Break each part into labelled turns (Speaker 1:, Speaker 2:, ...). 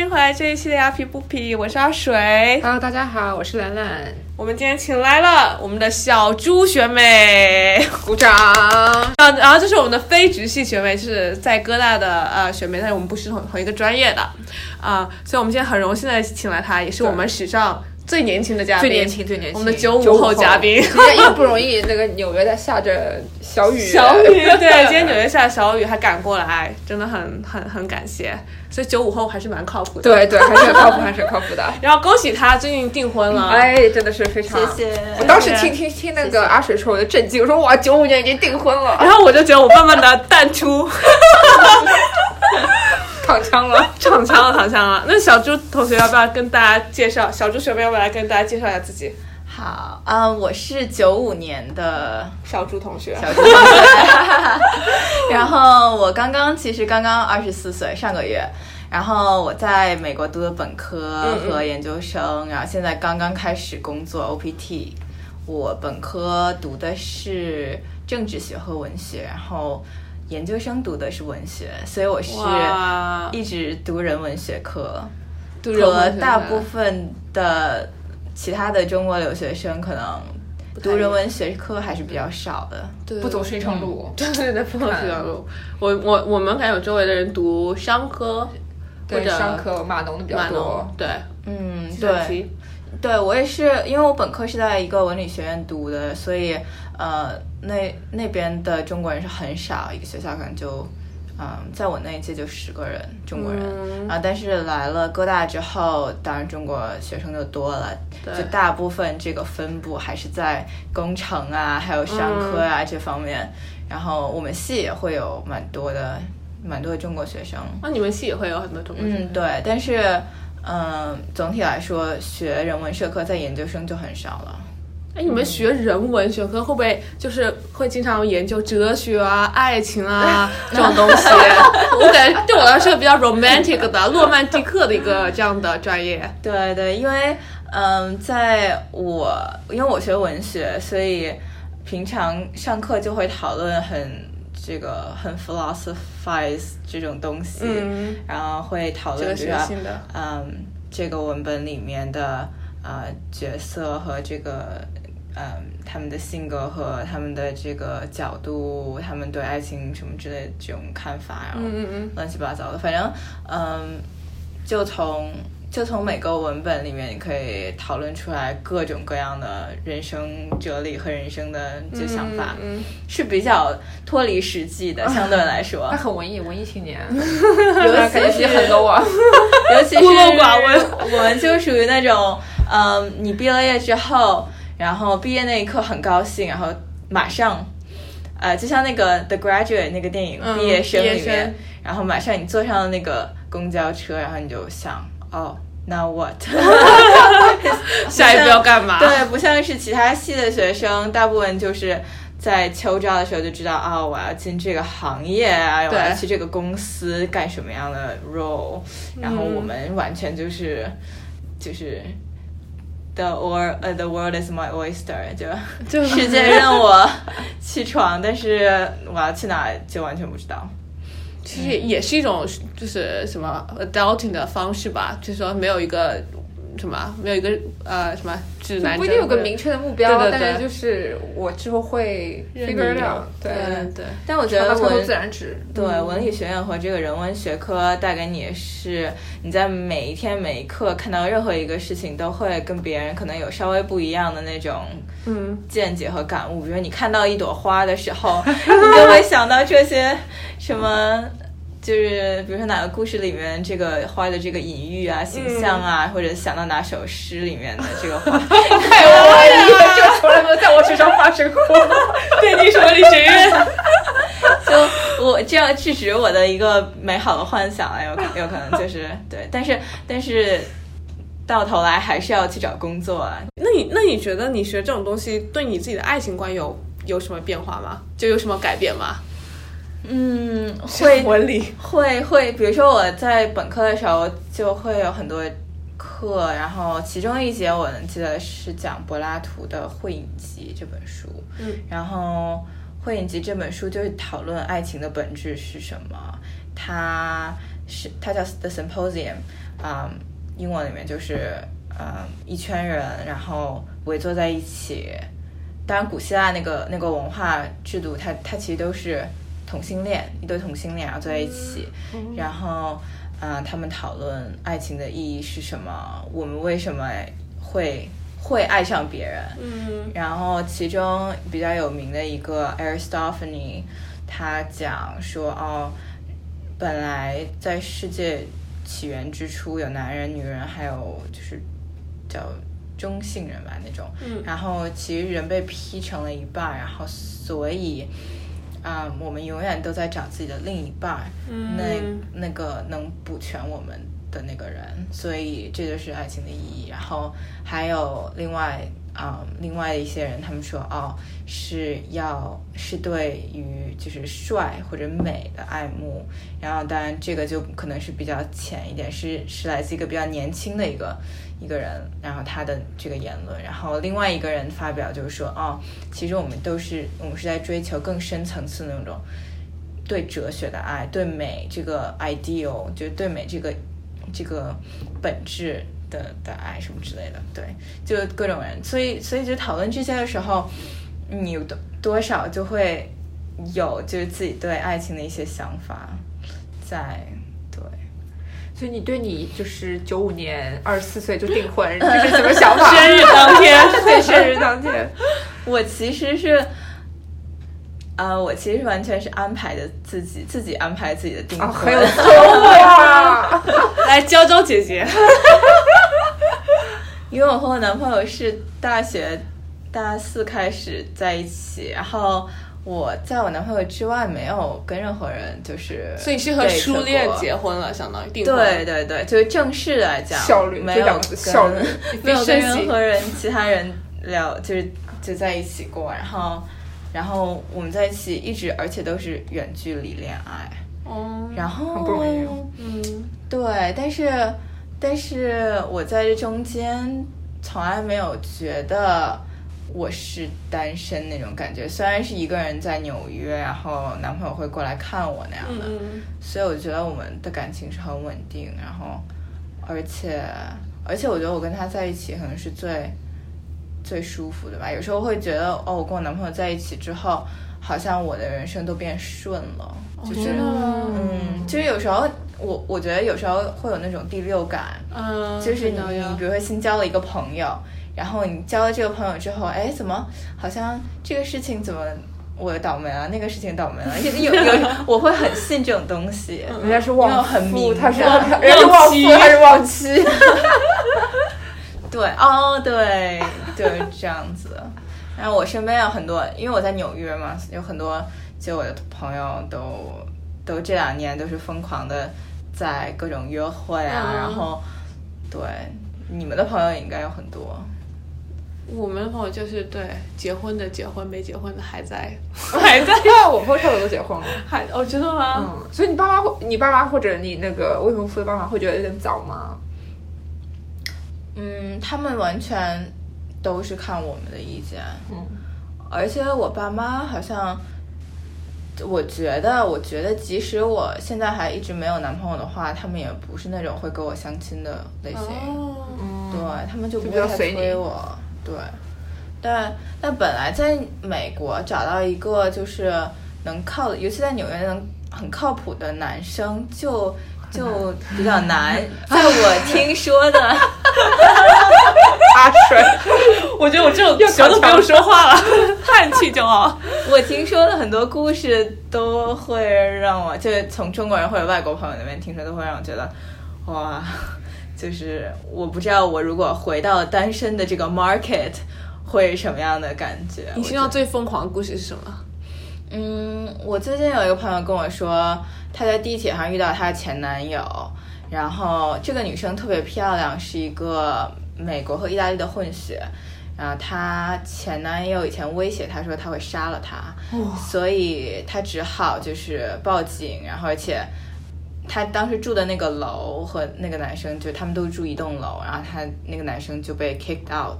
Speaker 1: 迎回来这一期的阿皮不皮，我是阿水。
Speaker 2: Hello，大家好，我是兰兰，
Speaker 1: 我们今天请来了我们的小猪学妹，
Speaker 2: 鼓掌。
Speaker 1: 嗯，然后这是我们的非直系学妹，是在哥大的呃学妹，但是我们不是同同一个专业的，啊、所以我们今天很荣幸的请来她，也是我们史上最年轻的嘉宾，
Speaker 2: 最年轻，最年轻，
Speaker 1: 我们的九五后嘉 宾。
Speaker 2: 今天又不容易，那个纽约在下着小雨，
Speaker 1: 小雨，对，今天纽约下小雨还赶过来，真的很很很感谢。所以九五后还是蛮靠谱的。，
Speaker 2: 对对，还是很靠谱，还是很靠 谱的。
Speaker 1: 然后恭喜她最近订婚了，
Speaker 2: 哎，真的是非常。
Speaker 3: 谢谢
Speaker 2: 我当时听听听那个阿水说，我就震惊，我说哇，九五年已经订婚了，
Speaker 1: 然后我就觉得我慢慢的淡出，
Speaker 2: 躺枪了。
Speaker 1: 躺枪了，躺枪了。那小猪同学要不要跟大家介绍？小猪学妹要不要来跟大家介绍一下自己？
Speaker 3: 好啊、我是九五年的
Speaker 1: 小猪同学，
Speaker 3: 小猪，然后我刚刚其实刚刚二十四岁，上个月。然后我在美国读的本科
Speaker 1: 嗯嗯
Speaker 3: 和研究生，然后现在刚刚开始工作 OPT。我本科读的是政治学和文学，然后研究生读的是文学，所以我是
Speaker 1: 哇，
Speaker 3: 一直读人文学科。
Speaker 1: 读
Speaker 3: 和大部分的其他的中国留学生可能读人文学科还是比较少的。
Speaker 1: 对
Speaker 2: 不走寻常路，
Speaker 1: 对对 对，不走寻常路。我我我们感觉周围的人读商科或
Speaker 2: 对
Speaker 1: 者
Speaker 2: 商科码农的比较
Speaker 1: 码农
Speaker 2: 多，。
Speaker 1: 对
Speaker 3: 嗯，
Speaker 1: 计算
Speaker 3: 对，
Speaker 1: 机
Speaker 3: 对我也是，因为我本科是在一个文理学院读的，所以呃，那那边的中国人是很少，一个学校可能就。嗯，在我那一届就十个人中国人，
Speaker 1: 嗯
Speaker 3: 啊，但是来了哥大之后，当然中国学生就多了，
Speaker 1: 对
Speaker 3: 就大部分这个分布还是在工程啊，还有商
Speaker 1: 嗯
Speaker 3: 科啊、这方面。然后我们系也会有蛮多的，蛮多的中国学生。
Speaker 1: 那、你们系也会有很多中国人。
Speaker 3: 嗯，对，但是嗯、总体来说，学人文社科在研究生就很少了。
Speaker 1: 哎，你们学人文学科会不会就是会经常研究哲学 啊、爱情 啊这种东西？我感觉对我来说是个比较 romantic 的、 诺曼底克的一个这样的专业。
Speaker 3: 对对，因为嗯，在我因为我学文学，所以平常上课就会讨论很这个很 philosophize 这种东西，
Speaker 1: 嗯
Speaker 3: 然后会讨
Speaker 1: 哲
Speaker 3: 论比
Speaker 1: 学
Speaker 3: 如说
Speaker 1: 性的
Speaker 3: 嗯这个文本里面的呃角色和这个。嗯，他们的性格和他们的这个角度，他们对爱情什么之类的这种看法，然后
Speaker 1: 嗯嗯嗯，
Speaker 3: 乱七八糟的，反正嗯，就从就从每个文本里面，你可以讨论出来各种各样的人生哲理和人生的就想法，
Speaker 1: 嗯，嗯
Speaker 3: 是比较脱离实际的，相对来说
Speaker 2: 他，很文艺，文艺青 年，
Speaker 3: 尤
Speaker 2: 感觉
Speaker 3: 其
Speaker 2: 自己
Speaker 3: 是
Speaker 2: 很 low 啊。
Speaker 3: 尤其是
Speaker 1: 孤陋寡闻
Speaker 3: 我们就属于那种，嗯，你毕了业之后，然后毕业那一刻很高兴，然后马上。呃，就像那个《The Graduate》那个电影
Speaker 1: 嗯
Speaker 3: 毕业生
Speaker 1: 毕业
Speaker 3: 里面，
Speaker 1: 生
Speaker 3: 然后马上你坐上了那个公交车，然后你就想，哦，now what？
Speaker 1: 嗯下一步要干嘛？
Speaker 3: 对，不像是其他系的学生，大部分就是在秋招的时候就知道啊、我要进这个行业啊，我要
Speaker 1: 对
Speaker 3: 去这个公司干什么样的 role，然后我们完全就是、就是。The or 呃、the world is my oyster，就
Speaker 1: 就
Speaker 3: 世界任我 去闯，但是我要去哪儿就完全不知道。
Speaker 1: 其实也是一种就是什么 adulting 的方式吧，就是说没有一个什么，没有一个呃什么指南针，
Speaker 2: 不一定有个明确的目标，
Speaker 1: 对对对
Speaker 2: 但是就是我之后会
Speaker 1: 认
Speaker 2: figure
Speaker 1: 明
Speaker 2: it out，
Speaker 1: 对对对。
Speaker 3: 但我觉
Speaker 2: 把它
Speaker 3: 得
Speaker 2: 推
Speaker 3: 我
Speaker 2: 到自然值。
Speaker 3: 对，文理学院和这个人文学科带给你的是，你在每一天每一刻看到任何一个事情，都会跟别人可能有稍微不一样的那种
Speaker 1: 嗯，
Speaker 3: 见解和感悟。比如你看到一朵花的时候，你就会想到这些什么。就是比如说哪个故事里面这个花的这个隐喻啊、形象啊，或者想到哪首诗里面的这个花，
Speaker 2: 太文艺了，哎这从来没有在我身上发生过。
Speaker 1: 对，你什么理学院？
Speaker 3: 就我这样制止我的一个美好的幻想啊，有可有可能就是对，但是但是到头来还是要去找工作啊。
Speaker 1: 那你那你觉得你学这种东西对你自己的爱情观有有什么变化吗？就有什么改变吗？
Speaker 3: 嗯，会
Speaker 1: 文理，
Speaker 3: 会会，比如说我在本科的时候就会有很多课，然后其中一节我能记得是讲柏拉图的《会影集》这本书，
Speaker 1: 嗯，
Speaker 3: 然后《会影集》这本书就是讨论爱情的本质是什么，它是它叫《The Symposium》，嗯，英文里面就是嗯一圈人，然后围坐在一起。当然，古希腊那个那个文化制度它，它其实都是同性恋，一对同性恋然后坐在一起，然后嗯、呃他们讨论爱情的意义是什么，我们为什么会会爱上别人，
Speaker 1: 嗯
Speaker 3: 然后其中比较有名的一个 Aristophanes，他讲说哦，本来在世界起源之初有男人、女人，还有就是叫中性人吧那种。
Speaker 1: 嗯
Speaker 3: 然后其实人被劈成了一半儿，然后所以。啊、我们永远都在找自己的另一半儿，
Speaker 1: 嗯
Speaker 3: 那那个能补全我们的那个人，所以这就是爱情的意义。然后还有另外啊、另外一些人他们说哦，是要是对于就是帅或者美的爱慕，然后当然这个就可能是比较浅一点，是是来自一个比较年轻的一个一个人，然后他的这个言论，然后另外一个人发表就是说哦，其实我们都是我们是在追求更深层次的那种对哲学的爱，对美这个 ideal，就是对美这个这个本质的的爱什么之类的，对，就各种人，所以所以就讨论这些的时候，你有多多少就会有就是自己对爱情的一些想法在，对，
Speaker 2: 所以你对你就是九五年二十四岁就订婚，这是什么想 法？
Speaker 1: 生日当 天，
Speaker 2: 对，生日当天，
Speaker 3: 我其实是。啊、我其实完全是安排的自己，自己安排自己的订婚、
Speaker 2: 啊，很有作为啊！
Speaker 1: 来娇娇姐姐，
Speaker 3: 因为我和我男朋友是大学大四开始在一起，然后我在我男朋友之外没有跟任何人就是，
Speaker 1: 所以是和初恋结。婚了，相当于订婚。
Speaker 3: 对，对对，就是正式来讲，
Speaker 2: 效率
Speaker 3: 没有
Speaker 2: 这两个
Speaker 3: 跟
Speaker 2: 字效率
Speaker 3: 没有
Speaker 1: 必
Speaker 3: 跟
Speaker 1: 须升级
Speaker 3: 任何人其他人聊，就是就在一起过，然后然后我们在一起一直，而且都是远距离恋爱，
Speaker 1: 哦，
Speaker 3: 然后
Speaker 2: 很不容易哦
Speaker 1: 嗯，
Speaker 3: 对，但是但是我在这中间从来没有觉得我是单身那种感觉，虽然是一个人在纽约，然后男朋友会过来看我那样的，
Speaker 1: 嗯
Speaker 3: 所以我觉得我们的感情是很稳定，然后而且而且我觉得我跟他在一起可能是最最舒服的吧。有时候会觉得哦，我跟我男朋友在一起之后，好像我的人生都变顺了，就是、
Speaker 1: 哦真的吗
Speaker 3: 嗯，就是有时候我我觉得有时候会有那种第六感，
Speaker 1: 嗯，
Speaker 3: 就是你
Speaker 1: 很重
Speaker 3: 你
Speaker 1: 要
Speaker 3: 比如说新交了一个朋友，然后你交了这个朋友之后，哎，怎么好像这个事情怎么我倒霉了，那个事情倒霉了，有有 有，我会很信这种东西。
Speaker 2: 人家是
Speaker 3: 因为
Speaker 2: 旺
Speaker 3: 嗯很
Speaker 2: 夫，
Speaker 3: 敏
Speaker 2: 他是
Speaker 3: 感
Speaker 2: 人家是旺夫还是旺 妻？
Speaker 3: 对，哦，对， 就是这样子。然后我身边有很多，因为我在纽约嘛，有很多就我的朋友都都这两年都是疯狂的在各种约会啊，
Speaker 1: 嗯
Speaker 3: 然后对你们的朋友也应该有很多。
Speaker 1: 我们的朋友就是对结婚的结婚，没结婚的还在还在
Speaker 2: 因为啊我朋友差不多都结婚了，
Speaker 1: 还哦，真的吗？
Speaker 2: 嗯，所以你爸妈会，你爸妈或者你那个未婚夫的爸妈会觉得有点早吗？
Speaker 3: 嗯，他们完全都是看我们的意见，
Speaker 2: 嗯，
Speaker 3: 而且我爸妈好像，我觉得，我觉得即使我现在还一直没有男朋友的话，他们也不是那种会跟我相亲的类型，
Speaker 1: 哦，
Speaker 3: 对他们就
Speaker 2: 嗯
Speaker 3: 不
Speaker 2: 就比
Speaker 3: 会
Speaker 2: 较
Speaker 3: 太
Speaker 2: 随你
Speaker 3: 催我，对。但但本来在美国找到一个就是能靠，尤其在纽约能很靠谱的男生就。就比较 难，在我听说的，
Speaker 2: 阿水，
Speaker 1: 我觉得我这种
Speaker 2: 舌头不用
Speaker 1: 说话了， 叹气就好。
Speaker 3: 我听说的很多故事都会让我，就是从中国人或者外国朋友那边听说，都会让我觉得，哇，就是我不知道我如果回到单身的这个 market 会什么样的感觉。
Speaker 1: 你听
Speaker 3: 我
Speaker 1: 到
Speaker 3: 觉得
Speaker 1: 最疯狂的故事是什么？
Speaker 3: 嗯，我最近有一个朋友跟我说，她在地铁上遇到她的前男友，然后这个女生特别漂亮，是一个美国和意大利的混血。然后她前男友以前威胁她说他会杀了她，所以她只好就是报警，然后而且她当时住的那个楼和那个男生，就他们都住一栋楼，然后她那个男生就被 kicked out，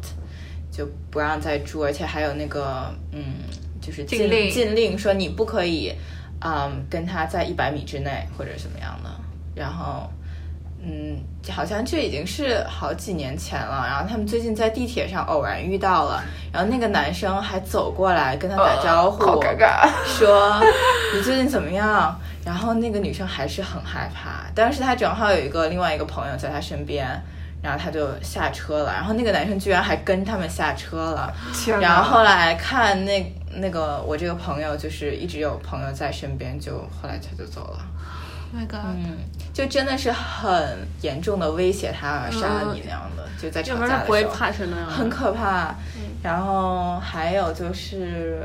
Speaker 3: 就不让再住，而且还有那个嗯，就是禁
Speaker 2: 禁令
Speaker 3: 禁令说你不可以，嗯，跟他在一百米之内或者什么样的，然后。嗯，好像这已经是好几年前了。然后他们最近在地铁上偶然遇到了，然后那个男生还走过来跟他打招呼，
Speaker 2: 呃好尴尬。
Speaker 3: 说你最近怎么样？然后那个女生还是很害怕，但是她正好有一个另外一个朋友在她身边，然后她就下车了。然后那个男生居然还跟他们下车 了。
Speaker 2: 天哪
Speaker 3: 然后后来看那那个我这个朋友，就是一直有朋友在身边，就后来他就走了。
Speaker 1: Oh ，My God，
Speaker 3: 嗯，就真的是很严重的威胁他杀了你那样的，就在
Speaker 1: 嗯
Speaker 3: 吵
Speaker 1: 要不然
Speaker 3: 架
Speaker 1: 他
Speaker 3: 的
Speaker 1: 不会
Speaker 3: 时候，
Speaker 1: 怕嗯成那样。
Speaker 3: 很可怕。然后还有就是。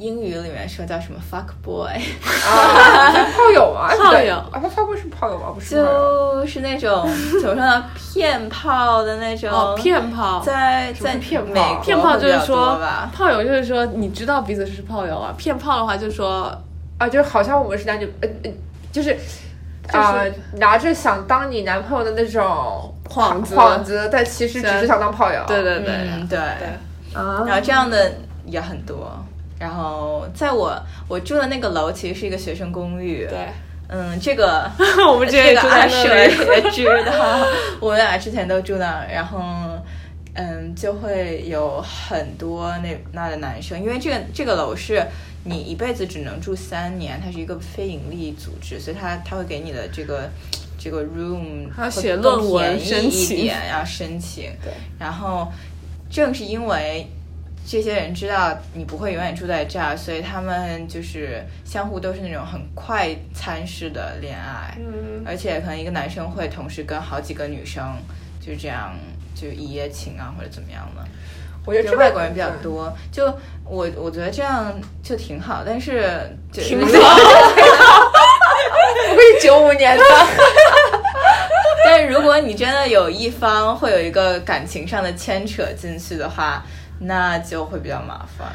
Speaker 3: 英语里面说叫什么 fuck boy，
Speaker 2: 啊，炮 友吗？
Speaker 1: 炮友
Speaker 2: 对啊，不，炮友是炮友吗？不是炮友。
Speaker 3: 就是那种怎么说呢，骗炮的那种。
Speaker 1: 哦，骗炮，
Speaker 3: 在
Speaker 2: 什么
Speaker 3: 在
Speaker 2: 是骗炮
Speaker 3: 美国
Speaker 2: 我
Speaker 1: 骗炮就是
Speaker 3: 会比较
Speaker 1: 说
Speaker 3: 多吧，
Speaker 1: 炮友就是说你知道彼此是炮友啊，骗炮的话就是说
Speaker 2: 啊，就是好像我们是男女，呃呃，就是。啊、拿着想当你男朋友的那种
Speaker 1: 幌子
Speaker 2: 幌子，但其实只是想当炮友。
Speaker 1: 对对对，
Speaker 3: 嗯对。
Speaker 2: 啊，
Speaker 3: 然后这样的也很多。然后在我我住的那个楼其实是一个学生公寓，
Speaker 1: 对，
Speaker 3: 嗯，这个
Speaker 1: 我们之前
Speaker 3: 这个
Speaker 1: 住
Speaker 3: 阿
Speaker 1: 在那
Speaker 3: 水
Speaker 1: 里，
Speaker 3: 也知道， 我们俩之前都住那儿，然后。嗯，就会有很多那那的男生，因为这个这个楼是你一辈子只能住三年，它是一个非盈利组织，所以它它会给你的这个这个 room
Speaker 1: 还要
Speaker 3: 会
Speaker 1: 写
Speaker 3: 更
Speaker 1: 论文
Speaker 3: 便宜
Speaker 1: 申
Speaker 3: 一
Speaker 1: 请
Speaker 3: 点，要申请。
Speaker 2: 对，
Speaker 3: 然后正是因为这些人知道你不会永远住在这儿，所以他们就是相互都是那种很快餐式的恋爱，
Speaker 1: 嗯，
Speaker 3: 而且可能一个男生会同时跟好几个女生就这样就一夜情啊或者怎么样的。
Speaker 2: 我觉得
Speaker 3: 就
Speaker 2: 这
Speaker 3: 外国人比较多，就我我觉得这样就挺好，但是就
Speaker 1: 挺
Speaker 3: 好。
Speaker 1: 好。
Speaker 2: 不愧九五年的，
Speaker 3: 但如果你真的有一方会有一个感情上的牵扯进去的话，那就会比较麻烦。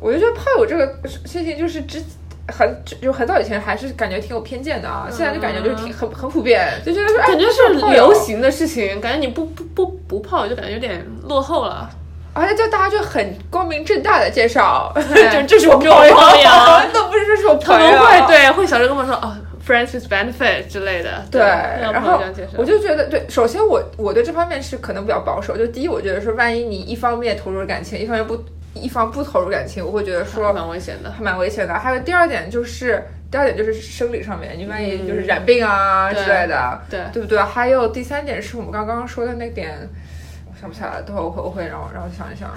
Speaker 2: 我就觉得炮友这个事情就是之很就很早以前还是感觉挺有偏见的啊，现在就感觉就是挺很很普遍，就觉得说哎
Speaker 1: 嗯感觉
Speaker 2: 这
Speaker 1: 是
Speaker 2: 种炮友
Speaker 1: 流行的事情，感觉你不不不不泡就感觉有点落后了。
Speaker 2: 而且就大家就很光明正大的介绍，
Speaker 1: 对
Speaker 2: 就这是我朋友，
Speaker 1: 这是我朋 友
Speaker 2: 都不是说是我
Speaker 1: 他
Speaker 2: 朋友，啊
Speaker 1: 们会对会小声跟我说哦，friends with benefit 之类的。
Speaker 2: 对，
Speaker 1: 要
Speaker 2: 然
Speaker 1: 不会
Speaker 2: 后
Speaker 1: 这样介绍
Speaker 2: 我就觉得，对，首先我我对这方面是可能比较保守。就第一，我觉得说，万一你一方面投入感情，一方面不一方不投入感情，我会觉得说
Speaker 1: 蛮危险的。
Speaker 2: 还蛮危险的。还有第二点就是，第二点就是生理上面，你万一就是染病啊
Speaker 1: 嗯
Speaker 2: 之类的，
Speaker 1: 对对
Speaker 2: 对不对？还有第三点是我们刚刚说的那点，我想不起来了，等会儿我会我会让我让我想 一想。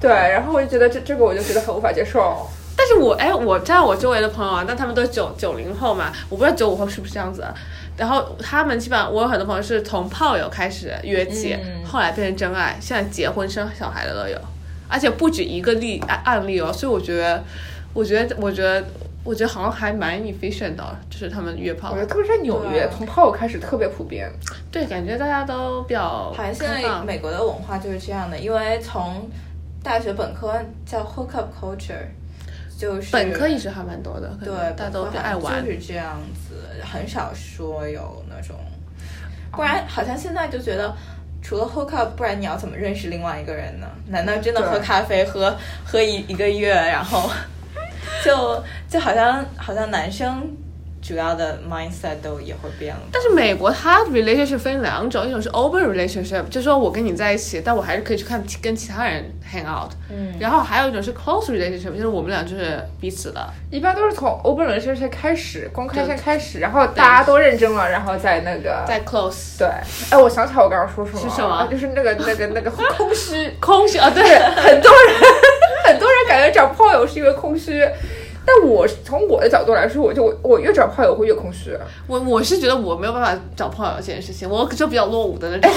Speaker 2: 对，然后我就觉得这这个我就觉得很无法接受。
Speaker 1: 但是我哎，我在我周围的朋友啊，但他们都是九九零后嘛，我不知道九五后是不是这样子啊。然后他们基本上，我有很多朋友是从炮友开始约起，
Speaker 3: 嗯
Speaker 1: 后来变成真爱，现在结婚生小孩的都有，而且不止一个例案案例哦。所以我觉得，我觉得，我觉得，我觉得好像还蛮 efficient 的哦，就是他们约炮
Speaker 2: 我觉，得特别是在纽约，
Speaker 3: 对
Speaker 2: 从炮友开始特别普遍。
Speaker 1: 对，感觉大家都比较
Speaker 3: 好像现
Speaker 1: 开
Speaker 3: 在
Speaker 1: 放
Speaker 3: 美国的文化就是这样的，因为从大学本科叫 hookup culture，就是
Speaker 1: 本科一直还蛮多的，可
Speaker 3: 对
Speaker 1: 能，大家
Speaker 3: 本
Speaker 1: 都
Speaker 3: 科
Speaker 1: 比较
Speaker 3: 好
Speaker 1: 爱
Speaker 3: 像
Speaker 1: 玩
Speaker 3: 就。是这样子，很少说有那种，不然好像现在就觉得。除了 hookup，不然你要怎么认识另外一个人呢？难道真的
Speaker 2: 对
Speaker 3: 喝咖啡喝喝一一个月，然后就就好像好像男生主要的 mindset 都也会变了。
Speaker 1: 但是美国它 relationship 分两种，一种是 open relationship，就是说我跟你在一起，但我还是可以去看跟其他人 hang out。
Speaker 3: 嗯
Speaker 1: 然后还有一种是 close relationship，就是我们俩就是彼此的。
Speaker 2: 一般都是从 open relationship 开始，公开先开始，然后大家都认真了，然后再那个。
Speaker 1: 在 close
Speaker 2: 对，哎，我想起来我刚刚说什么了，
Speaker 1: 是什么
Speaker 2: 啊就是那个那个那个空虚，
Speaker 1: 空虚啊，对
Speaker 2: 对，很多人 很多人感觉找炮友是因为空虚，但我是从我的角度来说，我就我我越找炮友会越空虚，
Speaker 1: 我我是觉得我没有办法找朋友这件事情，我就比较落伍的那种，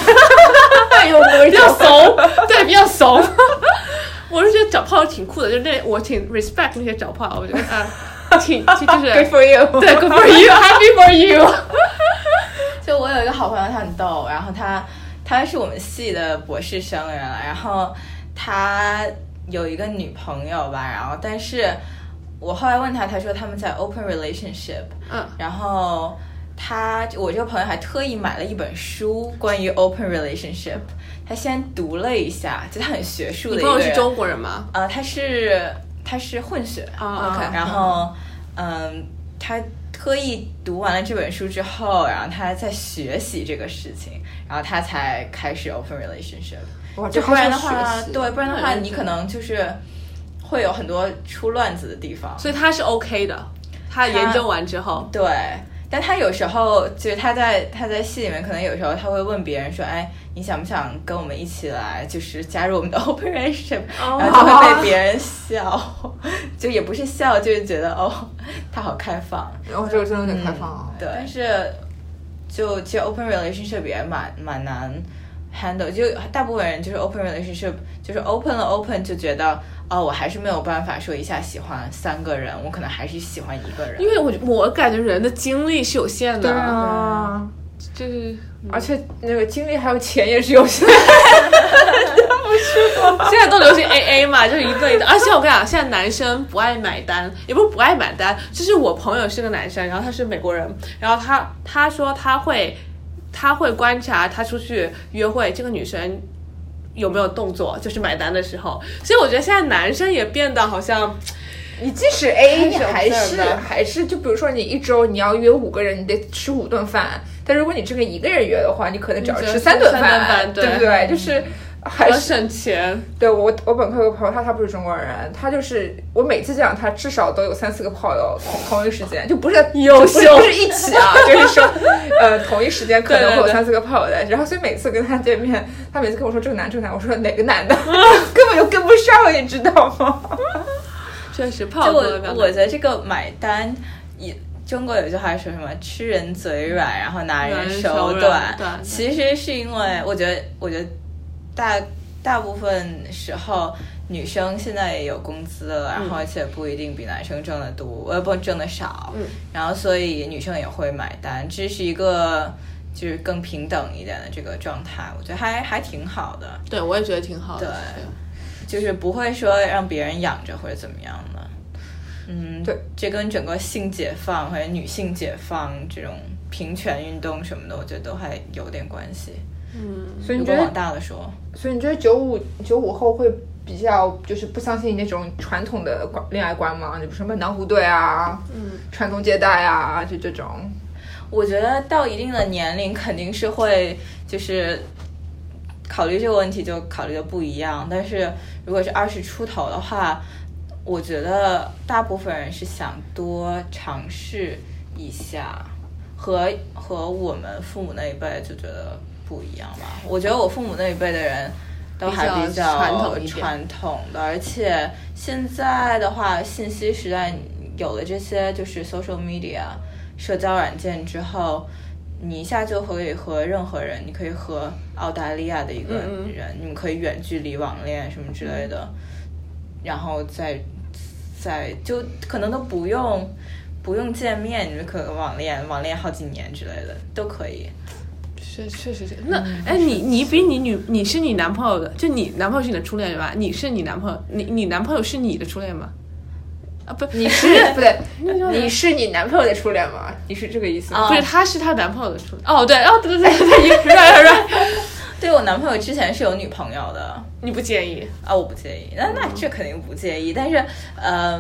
Speaker 2: 太有没
Speaker 1: 比较怂，对，比较怂。 我是觉得找炮友挺酷的，就那我挺 respect 那些找炮友，我觉得啊，挺就就是
Speaker 2: Good for you，
Speaker 1: 对 good for you，happy for you。
Speaker 3: 就我有一个好朋友，他很逗，然后他他是我们系的博士生人了，然后他有一个女朋友吧，然后但是我后来问他，他说他们在 open relationship，
Speaker 1: 嗯，
Speaker 3: 然后他我这个朋友还特意买了一本书关于 open relationship，他先读了一下，就他很学术
Speaker 1: 你
Speaker 3: 的一
Speaker 1: 朋
Speaker 3: 个
Speaker 1: 友是
Speaker 3: 人，
Speaker 1: 中国人吗？
Speaker 3: 呃，他是他是混血
Speaker 1: 啊，OK
Speaker 3: 然后嗯，他特意读完了这本书之后，然后他在学习这个事情，然后他才开始 open relationship。
Speaker 2: 哇，
Speaker 3: 就
Speaker 2: 这
Speaker 3: 不
Speaker 2: 还
Speaker 3: 然
Speaker 2: 是
Speaker 3: 的
Speaker 2: 要学
Speaker 3: 话，
Speaker 2: 习，
Speaker 3: 对，不然的话，
Speaker 1: 嗯
Speaker 3: 你可能就是会有很多出乱子的地方。
Speaker 1: 所以他是 OK 的。他研究完之后，
Speaker 3: 对，但他有时候就是他在他在戏里面，可能有时候他会问别人说：“哎，你想不想跟我们一起来，就是加入我们的 open relationship？”
Speaker 1: 哦
Speaker 3: 然后就会被别人笑， 就也不是笑，就是觉得哦，他好开放。嗯
Speaker 2: 哦，这个真的有点开放
Speaker 1: 哦
Speaker 2: 啊。
Speaker 3: 对，但是就其实 open relationship 也蛮蛮难 handle，就大部分人就是 open relationship 就是 open 了 open 就觉得哦，我还是没有办法说一下喜欢三个人，我可能还是喜欢一个人
Speaker 1: 因。为我我感觉人的精力是有限的，
Speaker 2: 啊，
Speaker 1: 就是
Speaker 2: 而且那个精力还有钱也是有限 的。
Speaker 1: 现在都流行 A A 嘛，就是一对一的。而且我跟你讲，现在男生不爱买单，也不是不爱买单，就是我朋友是个男生，然后他是美国人，然后他他说他会他会观察他出去约会这个女生。有没有动作？就是买单的时候，所以我觉得现在男生也变得好像
Speaker 2: 你即使 A，你
Speaker 3: 还
Speaker 2: 还
Speaker 3: 是
Speaker 2: 是
Speaker 3: observe 的
Speaker 2: 还是就比如说你一周你要约五个人，你得吃五顿饭。但如果你这个一个人约的话，你可能只要
Speaker 1: 你只
Speaker 2: 吃
Speaker 1: 能
Speaker 2: 三
Speaker 1: 吃
Speaker 2: 顿
Speaker 1: 三顿饭对
Speaker 2: 对不对？就是还
Speaker 1: 要
Speaker 2: 是
Speaker 1: 省钱，
Speaker 2: 对我我本科有个朋友，他他不是中国人，他就是我每次见到他至少都有三四个炮友同同一时间，就不是
Speaker 1: 优
Speaker 2: 不是
Speaker 1: 秀
Speaker 2: 不是一起啊，就是说呃同一时间可能会
Speaker 1: 对
Speaker 2: 有
Speaker 1: 对对
Speaker 2: 三四个炮友的。然后所以每次跟他见面，他每次跟我说这个男这个男，我说哪个男的， 根本就跟不上，你知道吗？
Speaker 1: 确实
Speaker 3: 就
Speaker 1: 胖
Speaker 3: 我
Speaker 1: 哥的表达
Speaker 3: 我觉得这个买单也。中国有句话说什么“吃人嘴软，然后拿
Speaker 1: 拿
Speaker 3: 人
Speaker 1: 人手
Speaker 3: 手
Speaker 1: 软
Speaker 3: 短”，
Speaker 1: 短
Speaker 3: 其实是因为我觉得，我觉得大大部分时候女生现在也有工资了，然后而且不一定比男生挣得多，呃不挣得少，然后所以女生也会买单，这是一个就是更平等一点的这个状态，我觉得还还挺好的，
Speaker 1: 对我也觉得挺好的。
Speaker 3: 对就是不会说让别人养着或者怎么样的。嗯，
Speaker 2: 对，
Speaker 3: 这跟整个性解放或者女性解放这种平权运动什么的，我觉得都还有点关系。
Speaker 2: 所以
Speaker 3: 如
Speaker 2: 你觉
Speaker 3: 果
Speaker 2: 得
Speaker 3: 往大了说，
Speaker 2: 所以你觉得九五九五后会比较就是不相信那种传统的观恋爱观吗？就什么南湖队啊，嗯，传宗接代啊，就这 种。
Speaker 3: 我觉得到一定的年龄肯定是会就是考虑这个问题就考虑的不一样，但是如果是二十出头的话，我觉得大部分人是想多尝试一下，和和我们父母那一辈就觉得不一样吧。我觉得我父母那一辈的人。都还
Speaker 1: 比较
Speaker 3: 比较
Speaker 1: 传统一点
Speaker 3: 传统的，而且现在的话，信息时代有了这些就是 social media 社交软件之后，你一下就可以和任何人，你可以和澳大利亚的一个人，
Speaker 1: 嗯
Speaker 3: 你们可以远距离网恋什么之类的，然后再再就可能都不用不用见面，你们可网恋网恋好几年之类的都可以。
Speaker 1: 确确实是。那哎，你你比你女你是你男朋友的，就你男朋友是你的初恋对吧？你是你男朋友，你你男朋友是你的初恋吗？啊，不，
Speaker 2: 你是不对，
Speaker 1: 说
Speaker 2: 你是你男朋友的初恋吗？你是这个意思
Speaker 3: 啊
Speaker 2: 吗？
Speaker 1: 不是，她是她男朋友的初恋。哦，对，哦，对对对对，对对对，
Speaker 3: 对我男朋友之前是有女朋友的，
Speaker 1: 你不介意？
Speaker 3: 啊，我不介意，那
Speaker 1: 嗯
Speaker 3: 那这肯定不介意，但是，呃，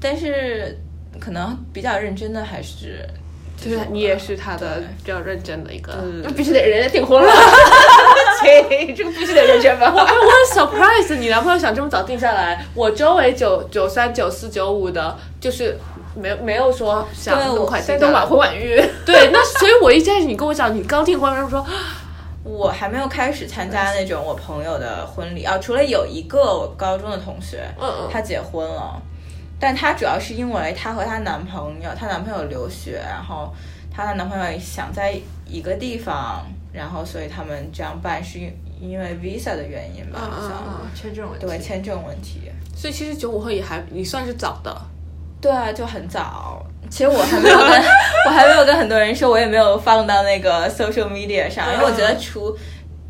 Speaker 3: 但是可能比较认真的还是，
Speaker 1: 就是你也是她的比较认真的一个。
Speaker 3: 呃，
Speaker 2: 那必须得人家订婚 了，切这个必须得认真吧。
Speaker 1: 哎，我很 surprise，你男朋友想这么早定下来。我周围九九三、九四、九五的，就是没没有说想那么快定
Speaker 2: 现
Speaker 1: 下
Speaker 2: 在都
Speaker 1: 来
Speaker 2: 晚婚晚育，
Speaker 1: 对，那所以我一开始你跟我讲你刚订婚，然后说啊
Speaker 3: 我还没有开始参加那种我朋友的婚礼啊，除了有一个我高中的同学，
Speaker 1: 嗯嗯
Speaker 3: 她结婚了，但她主要是因为她和她男朋友，她男朋友留学，然后她的男朋友想在一个地方，然后所以他们这样办是因因为 visa 的原因吧，好像、
Speaker 1: 嗯
Speaker 2: 签证问
Speaker 3: 对签证问题。
Speaker 1: 所以其实九五后也还你算是早的，
Speaker 3: 对啊，就很早。其实我还没有 跟，我还没有跟很多人说，我也没有放到那个 social media 上，因为我觉得
Speaker 1: 嗯
Speaker 3: 除，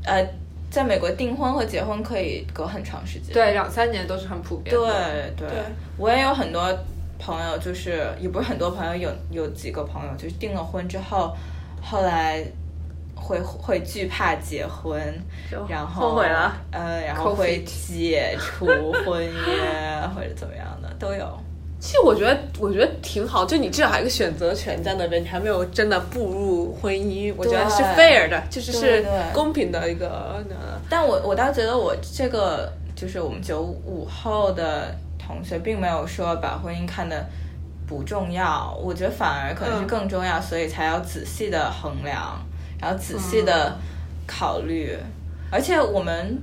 Speaker 3: 呃，在美国订婚和结婚可以隔很长时间。
Speaker 2: 对，两三年都是很普遍
Speaker 3: 对
Speaker 2: 的。
Speaker 3: 对
Speaker 1: 对
Speaker 3: 我也有很多朋友，就是也不是很多朋友，有有几个朋友就是订了婚之后，后来会会惧怕结婚，然后
Speaker 1: 后悔了，
Speaker 3: 呃，然后
Speaker 2: Covid
Speaker 3: 会解除婚约或者怎么样的都有。
Speaker 1: 其实我觉得，我觉得挺好，就你至少还有一个选择权在那边，你还没有真的步入婚姻，我觉得是 fair 的，就是
Speaker 3: 对
Speaker 1: 是
Speaker 3: 对
Speaker 1: 公平的一个。呃
Speaker 3: 但我我倒觉得我这个就是我们九五后的同学，并没有说把婚姻看得不重要，我觉得反而可能是
Speaker 1: 嗯
Speaker 3: 更重要，所以才要仔细的衡量，然后仔细的考虑，而且我们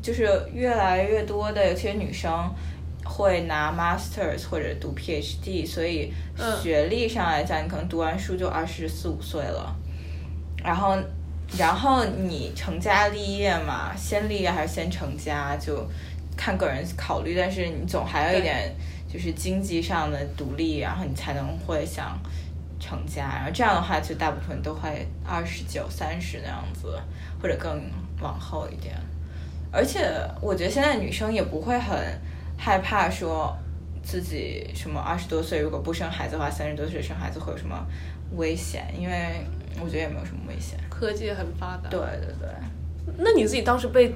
Speaker 3: 就是越来越多的，尤其是女生。会拿 masters 或者读 PhD，所以学历上来讲，你可能读完书就二十四五岁了，然后然后你成家立业嘛，先立业还是先成家，就看个人考虑。但是你总还有一点就是经济上的独立，然后你才能会想成家。然后这样的话，就大部分都会二十九、三十那样子，或者更往后一点。而且我觉得现在女生也不会很害怕说自己什么二十多岁如果不生孩子的话，三十多岁生孩子会有什么危险，因为我觉得也没有什么危险。
Speaker 1: 科技很发达，
Speaker 3: 对对对，
Speaker 1: 那你自己当时被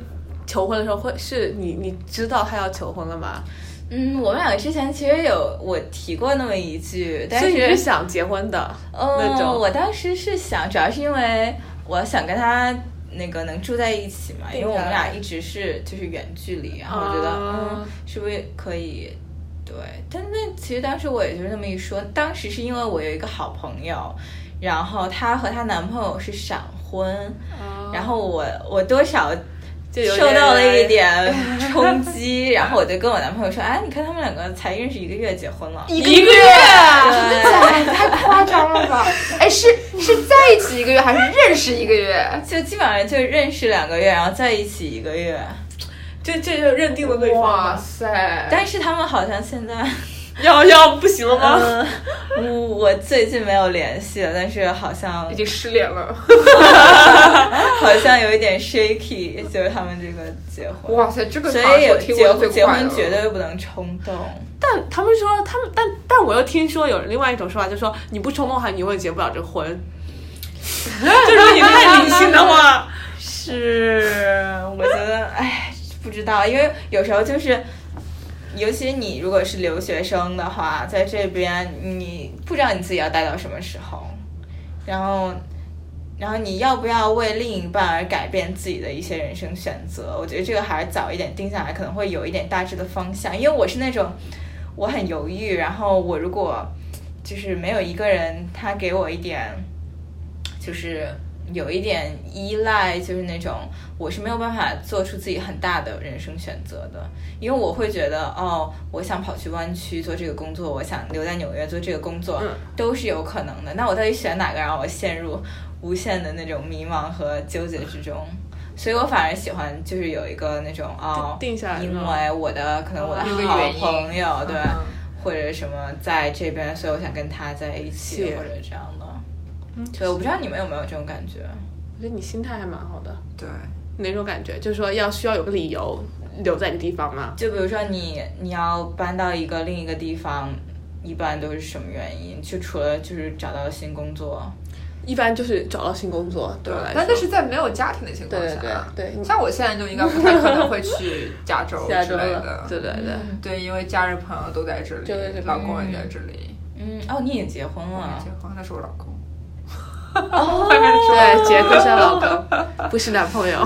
Speaker 1: 求婚的时候，会是你你知道他要求婚了吗？
Speaker 3: 嗯，我们两个之前其实有我提过那么一句，但
Speaker 1: 所以你是
Speaker 3: 是
Speaker 1: 想结婚的那
Speaker 3: 嗯，
Speaker 1: 种
Speaker 3: 我当时是想，主要是因为我想跟他那个能住在一起嘛，因为我们俩一直是就是远距离，然后我觉得、
Speaker 1: 啊
Speaker 3: 嗯，是不是可以？对，但那其实当时我也就是那么一说，当时是因为我有一个好朋友，然后她和她男朋友是闪婚，然后我我多少
Speaker 1: 哦就有
Speaker 3: 受到了一
Speaker 1: 点
Speaker 3: 点冲 击，然后我就跟我男朋友说：“哎，你看他们两个才认识一个月结婚了。”
Speaker 1: 一个月，
Speaker 2: 哎太夸张了吧？ 哎，是是在一起一个月还是认识一个月？
Speaker 3: 就基本上就认识两个月，然后在一起一个月，
Speaker 1: 哎这这就认定了对方
Speaker 2: 哇
Speaker 1: 吗，
Speaker 2: 塞！
Speaker 3: 但是他们好像现在，
Speaker 1: 要要不行了吗？
Speaker 3: 嗯，我我最近没有联系了，但是好像
Speaker 2: 已经失联了。
Speaker 3: 好像有一点 shaky，就是他们这个结婚，
Speaker 2: 哇塞，这个
Speaker 3: 所
Speaker 2: 场
Speaker 3: 以
Speaker 2: 所
Speaker 3: 有
Speaker 2: 听过
Speaker 3: 结
Speaker 2: 最
Speaker 3: 结
Speaker 2: 快
Speaker 3: 婚
Speaker 2: 了。
Speaker 3: 绝对不能冲动，
Speaker 1: 但他们说他们，但但我又听说有另外一种说法，就说你不冲动的话，你永远结不了这个婚。 就是说你太理性的话，
Speaker 3: 是，我觉得，哎，不知道，因为有时候就是，尤其你如果是留学生的话，在这边你不知道你自己要待到什么时候，然后，然后你要不要为另一半而改变自己的一些人生选择？我觉得这个还是早一点定下来，可能会有一点大致的方向。因为我是那种我很犹豫，然后我如果就是没有一个人他给我一点。就是有一点依赖，就是那种我是没有办法做出自己很大的人生选择的，因为我会觉得哦，我想跑去湾区做这个工作，我想留在纽约做这个工作，
Speaker 1: 嗯
Speaker 3: 都是有可能的。那我到底选哪个，让我陷入无限的那种迷茫和纠结之中？所以我反而喜欢就是有一个那种哦，
Speaker 1: 定下来
Speaker 3: 因
Speaker 1: 是吗
Speaker 3: 为我的可能我的
Speaker 2: 有个
Speaker 3: 好
Speaker 2: 原因
Speaker 3: 朋友对，
Speaker 2: 嗯
Speaker 3: 或者什么在这边，所以我想跟他在一起
Speaker 1: 是
Speaker 3: 或者这样的。
Speaker 2: 嗯
Speaker 3: 对，我不知道你们有没有这种感觉？
Speaker 1: 我觉得你心态还蛮好的，
Speaker 2: 对，
Speaker 1: 哪种感觉？就是说要需要有个理由留在一个地方嘛。
Speaker 3: 就比如说你你要搬到一个另一个地方，一般都是什么原因？就除了就是找到了新工作，
Speaker 1: 一般就是找到新工作，对我来
Speaker 2: 但
Speaker 1: 说
Speaker 2: 那，是在没有家庭的情况
Speaker 1: 对
Speaker 2: 下。啊
Speaker 1: 对对，你
Speaker 2: 像我现在就应该不太可能会去加 州
Speaker 1: 下
Speaker 2: 之
Speaker 1: 周
Speaker 2: 类
Speaker 1: 了
Speaker 2: 的，，
Speaker 1: 对对对，
Speaker 2: 对，因为家人朋友都在这里，
Speaker 1: 就在这边嗯
Speaker 2: 老公也在这里，
Speaker 3: 嗯，哦，你也结婚
Speaker 2: 我没
Speaker 3: 了
Speaker 2: 结，婚，那是我老 公。
Speaker 1: 哦对，结婚生老 公，不是男朋友。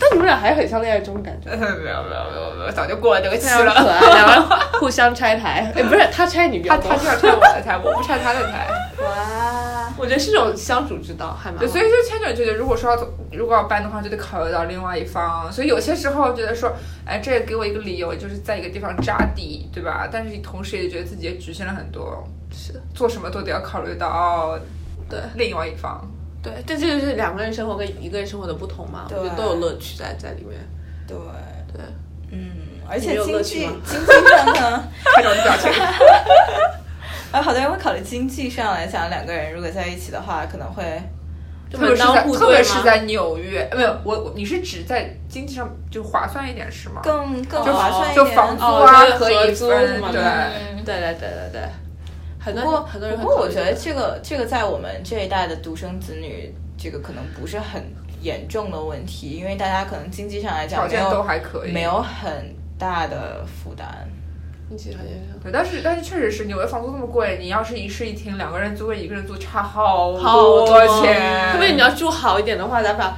Speaker 1: 但你们俩还是很像恋爱中的感觉。
Speaker 2: 没有没有没有没有，早就过了这个期
Speaker 1: 非常
Speaker 2: 了。
Speaker 1: 可爱，两个人互相拆台， 哎，不是他拆你比
Speaker 2: 他
Speaker 1: 较
Speaker 2: 他
Speaker 1: 多
Speaker 2: 就，要拆我的台，我不拆他的台。
Speaker 3: 哇，
Speaker 1: 我觉得是种相处之道，还蛮好
Speaker 2: 对，所以就牵扯觉得，如果说要走，如果要搬的话，就得考虑到另外一方。所以有些时候觉得说，哎，这个给我一个理由，就是在一个地方扎地，对吧？但是同时也觉得自己也局限了很多，
Speaker 1: 是
Speaker 2: 做什么都得要考虑到
Speaker 1: 对
Speaker 2: 另外一方。
Speaker 1: 对，这这就是两个人生活跟一个人生活的不同嘛，我
Speaker 3: 对
Speaker 1: 觉得都有乐趣在在里面。
Speaker 3: 对，
Speaker 1: 对，
Speaker 3: 嗯，而
Speaker 1: 你
Speaker 3: 且
Speaker 1: 有
Speaker 3: 经
Speaker 1: 乐
Speaker 3: 济
Speaker 1: 趣吗
Speaker 3: 经济上呢，
Speaker 2: 看着我的表情，
Speaker 3: 啊，好多人会考虑经济上来讲，两个人如果在一起的话，可能会
Speaker 1: 就
Speaker 2: 特别
Speaker 1: 门
Speaker 2: 是在
Speaker 1: 当户
Speaker 2: 特别
Speaker 1: 对
Speaker 2: 是
Speaker 1: 吗？
Speaker 2: 在纽约，没有我我你是指在经济上就划算一点是吗？
Speaker 3: 更更
Speaker 1: 就
Speaker 3: 划算一
Speaker 2: 就
Speaker 3: 点。
Speaker 2: 房租
Speaker 1: 哦
Speaker 2: 啊
Speaker 1: 就是
Speaker 2: 可
Speaker 1: 合
Speaker 2: 以
Speaker 1: 租什
Speaker 2: 分
Speaker 1: 么，的
Speaker 2: 对。
Speaker 3: 嗯
Speaker 1: 对对对对对，很
Speaker 3: 不
Speaker 1: 多
Speaker 3: 过
Speaker 1: 嗯很多人
Speaker 3: 不
Speaker 1: 很
Speaker 3: 过
Speaker 1: 考
Speaker 3: 我
Speaker 1: 虑
Speaker 3: 觉得这个这个在我们这一代的独生子女，这个可能不是很严重的问题，因为大家可能经济上来
Speaker 2: 条
Speaker 3: 讲没
Speaker 2: 件都
Speaker 3: 有
Speaker 2: 还可以，
Speaker 3: 没有很大的负担。
Speaker 1: 你其实好像是
Speaker 2: 对，但是但是确实是纽约房租那么贵，你要是一室一厅两个人租跟一个人租差好
Speaker 1: 好
Speaker 2: 多钱，
Speaker 1: 因为你要住好一点的话，咱把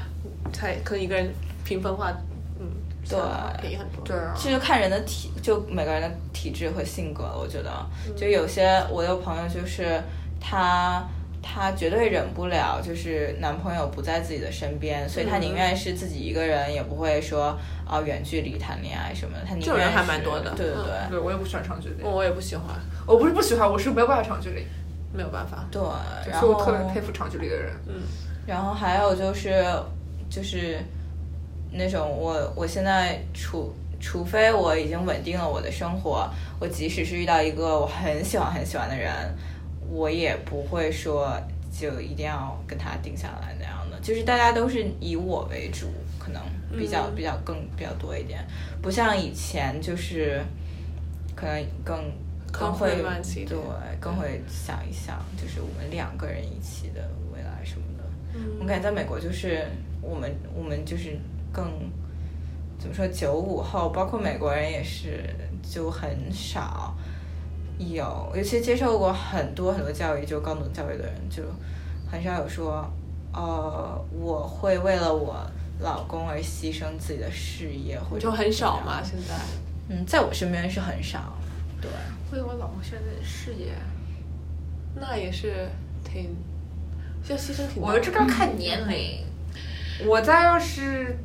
Speaker 1: 才可能一个人平分化，嗯，
Speaker 3: 对
Speaker 1: 便宜很多。
Speaker 2: 对啊，
Speaker 3: 这就看人的体，就每个人的体质和性格。我觉得，
Speaker 2: 嗯
Speaker 3: 就有些我有朋友就是她，她绝对忍不了，就是男朋友不在自己的身
Speaker 2: 嗯
Speaker 3: 边，所以她宁愿是自己一个人，也不会说啊、远距离谈恋爱什么的。她宁愿
Speaker 1: 这种人还
Speaker 3: 是
Speaker 1: 蛮多的
Speaker 3: 对对
Speaker 1: 嗯
Speaker 3: 对、
Speaker 2: 对我也不喜欢长距离，
Speaker 1: 哦我也不喜欢，
Speaker 2: 我不是不喜欢，我是没有办法长距离，
Speaker 1: 没有办法。
Speaker 3: 对。呃然
Speaker 2: 所以
Speaker 3: 后
Speaker 2: 我特别
Speaker 1: 哦
Speaker 2: 佩服长距离的人。
Speaker 1: 嗯
Speaker 3: 然后还有就是，就是那种我我现在除除非我已经稳定了我的生活，我即使是遇到一个我很喜欢很喜欢的人，我也不会说就一定要跟他定下来那样的。就是大家都是以我为主，可能比较
Speaker 1: 嗯
Speaker 3: 比较更比较多一点，不像以前就是可能更。
Speaker 1: 更
Speaker 3: 更
Speaker 1: 会
Speaker 3: 会
Speaker 1: 乱起一点
Speaker 3: 对，更会想一想，就是我们两个人一起的未来什么的。
Speaker 1: 嗯
Speaker 3: 我感觉在美国就是我们我们就是更怎么说九五后，包括美国人也是就很少有，尤其接受过很多很多教育，就高等教育的人就很少有说，呃，我会为了我老公而牺牲自己的事业，或
Speaker 1: 我就
Speaker 3: 者
Speaker 1: 很少嘛，
Speaker 3: 怎么
Speaker 1: 现
Speaker 3: 样
Speaker 1: 在。
Speaker 3: 嗯，在我身边是很少，对。
Speaker 2: 为我老公现在的事业，
Speaker 1: 那也是挺，要牺牲挺大
Speaker 2: 我
Speaker 1: 的。
Speaker 2: 这个要看年龄。
Speaker 1: 嗯
Speaker 2: 我在要是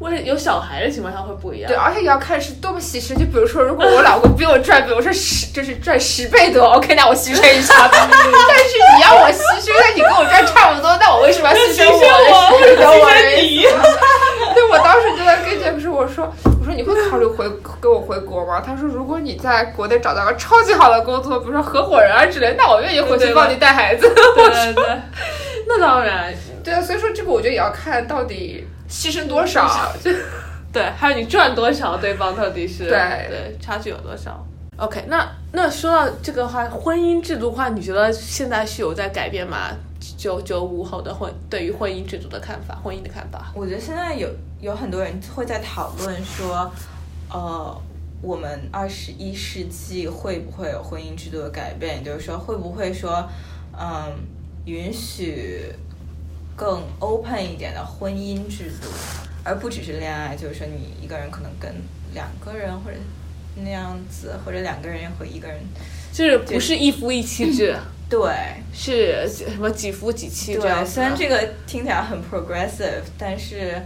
Speaker 1: 我是有小孩的情况下会不一样
Speaker 2: 对，。而且也要看是多么牺牲。就比如说，如果我老公比我赚，比如说十，就是赚十倍多，OK，那我牺牲一下吧。 但是你要我牺牲，那你跟我赚差不多，那我为什么要牺牲我的事业？懂我的意 思吗对，我当时就在跟杰克说，我说，我说你会考虑回跟我回国吗？他说，如果你在国内找到个超级好的工作，比如说合伙人啊之类，那我愿意回去帮你带孩子。
Speaker 1: 对对对，那当然。
Speaker 2: 对啊，所以说这个我觉得也要看到底牺牲多少。就
Speaker 1: 对，还有你赚多少，对方到底是
Speaker 2: 对
Speaker 1: 对差距有多少？OK，那那说到这个话，婚姻制度的话，你觉得现在是有在改变吗？九九五后的婚对于婚姻制度的看法，婚姻的看法，
Speaker 3: 我觉得现在有有很多人会在讨论说，呃，我们二十一世纪会不会有婚姻制度的改变？也就是说，会不会说，嗯，允许更 open 一点的婚姻制度，而不只是恋爱，就是说你一个人可能跟两个人或者那样子，或者两个人和一个人，
Speaker 1: 就是不是一夫一妻 制，
Speaker 3: 对，
Speaker 1: 是什么几夫几妻这样
Speaker 3: 对，
Speaker 1: 子的？
Speaker 3: 虽然这个听起来很 progressive，但是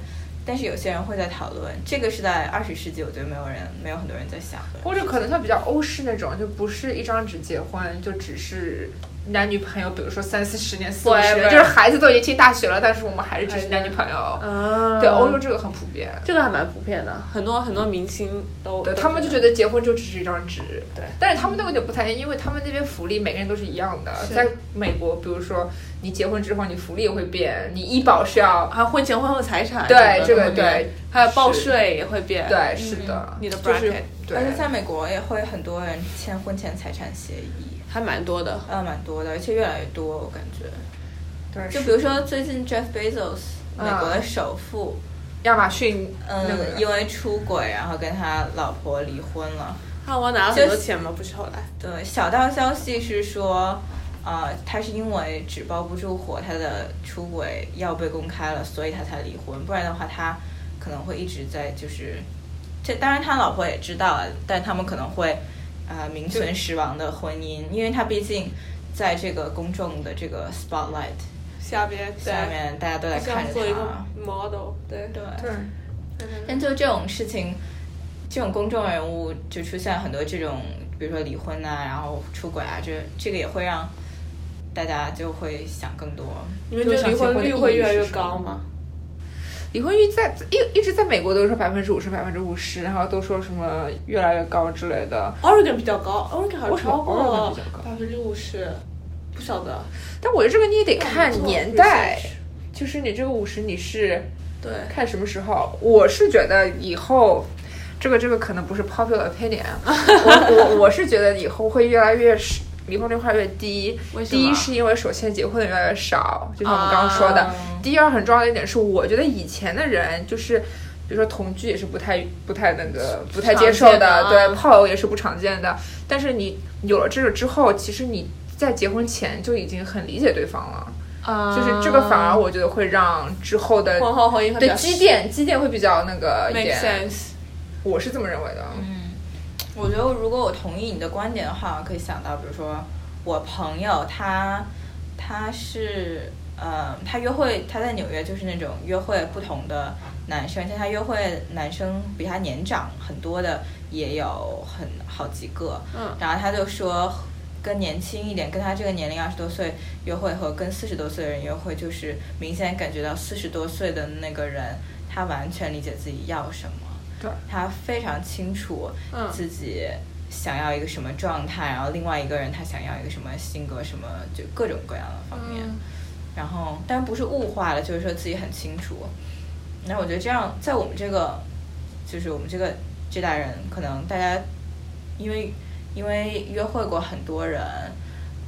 Speaker 3: 但是有些人会在讨论，这个是在二十世纪，我觉得没有人没有很多人在想的。
Speaker 2: 或者可能像比较欧式那种，就不是一张纸结婚，就只是男女朋友，比如说三四十年、四五十
Speaker 1: Forever
Speaker 2: 年，就是孩子都已经进大学了，但是我们还是只是男女朋友。
Speaker 1: 啊，
Speaker 2: 对，欧洲这个很普遍，
Speaker 1: 这个还蛮普遍的，很多很多明星都
Speaker 2: 对
Speaker 1: 都
Speaker 2: 他们
Speaker 1: 这
Speaker 2: 就
Speaker 1: 样
Speaker 2: 觉得结婚就只是一张纸。
Speaker 3: 对，
Speaker 2: 但是他们那个就不太一样，因为他们那边福利每个人都是一样的。
Speaker 3: 是
Speaker 2: 在美国，比如说你结婚之后，你福利也会变，你医保是要
Speaker 1: 还有婚前婚后财产，
Speaker 2: 对
Speaker 1: 啊
Speaker 2: 这
Speaker 1: 都
Speaker 2: 个
Speaker 1: 会变
Speaker 2: 对，
Speaker 1: 还有报
Speaker 2: 是
Speaker 1: 税也会变，
Speaker 2: 对是的，
Speaker 1: 你的 bracket、
Speaker 2: 就是对
Speaker 3: 而且在美国也会很多人签婚前财产协议，
Speaker 1: 还蛮多的，
Speaker 3: 呃，蛮多的，而且越来越多，我感觉。
Speaker 2: 对，
Speaker 3: 就是比如说最近 Jeff Bezos，
Speaker 2: 嗯
Speaker 3: 美国的首富，
Speaker 2: 亚马逊
Speaker 3: 嗯
Speaker 2: 那个
Speaker 3: 因为出轨，然后跟他老婆离婚了。
Speaker 1: 他我拿了很多钱吗？不是后来，
Speaker 3: 对，小道消息是说，呃，他是因为纸包不住火，他的出轨要被公开了，所以他才离婚，不然的话他可能会一直在就是，这当然他老婆也知道了，但他们可能会呃名存实亡的婚姻，因为他毕竟在这个公众的这个 spotlight
Speaker 1: 下边对
Speaker 3: 下面，大家都在看
Speaker 1: 像
Speaker 3: 着
Speaker 1: 做一个
Speaker 3: 他，
Speaker 1: model，对
Speaker 3: 对。
Speaker 2: 对
Speaker 3: 但就这种事情，这种公众人物就出现很多这种，比如说离婚啊，然后出轨啊，这这个也会让大家就会想更多。
Speaker 1: 你们觉得离婚率会越来越高吗？
Speaker 2: 离婚率在一一直在美国都是百分之五十、百分之五十，然后都说什么越来越高之类的。
Speaker 1: Oregon 比较高，Oregon 好像
Speaker 2: 为什么
Speaker 1: 超过
Speaker 2: Oregon 比较高
Speaker 1: 百分之五十，不晓得。
Speaker 2: 但我觉得这个你也得看
Speaker 1: 做
Speaker 2: 年代
Speaker 1: research，
Speaker 2: 就是你这个五十你是
Speaker 1: 对，
Speaker 2: 看什么时候。我是觉得以后。这个这个可能不是 popular opinion，我啊我我是觉得以后会越来越是离婚率会越来越低
Speaker 1: 为。什么
Speaker 2: 第一是因为首先结婚的越来越少，就像我们刚刚说的。
Speaker 3: 啊
Speaker 2: 第二很重要的一点是，我觉得以前的人就是。比比如说同居也是不太不太那个不太
Speaker 1: 常见
Speaker 2: 接受的，
Speaker 1: 的啊
Speaker 2: 对，炮友也是不常见的。但是你有了这个之后，其实你在结婚前就已经很理解对方了，
Speaker 1: 啊
Speaker 2: 就是这个反而我觉得会让之后的
Speaker 1: 婚后婚姻会比
Speaker 2: 对
Speaker 1: 较
Speaker 2: 积淀积淀会比较那个一
Speaker 1: make
Speaker 2: 点，
Speaker 1: sense。嗯
Speaker 2: 我是这么认为的。
Speaker 3: 我觉得如果我同意你的观点的话，我可以想到，比如说我朋友他他是呃，他约会他在纽约就是那种约会不同的男生，像他约会男生比他年长很多的也有很好几个，
Speaker 1: 嗯，
Speaker 3: 然后他就说。跟年轻一点，跟他这个年龄二十多岁约会和跟四十多岁的人约会，就是明显感觉到四十多岁的那个人，他完全理解自己要什么，
Speaker 2: 对，
Speaker 3: 他非常清楚
Speaker 1: 嗯
Speaker 3: 自己想要一个什么状态，然后另外一个人他想要一个什么性格，什么就各种各样的方面。
Speaker 1: 嗯
Speaker 3: 然后，但不是物化了，就是说自己很清楚。那我觉得这样，在我们这个，就是我们这个这代人，可能大家因为因为约会过很多人，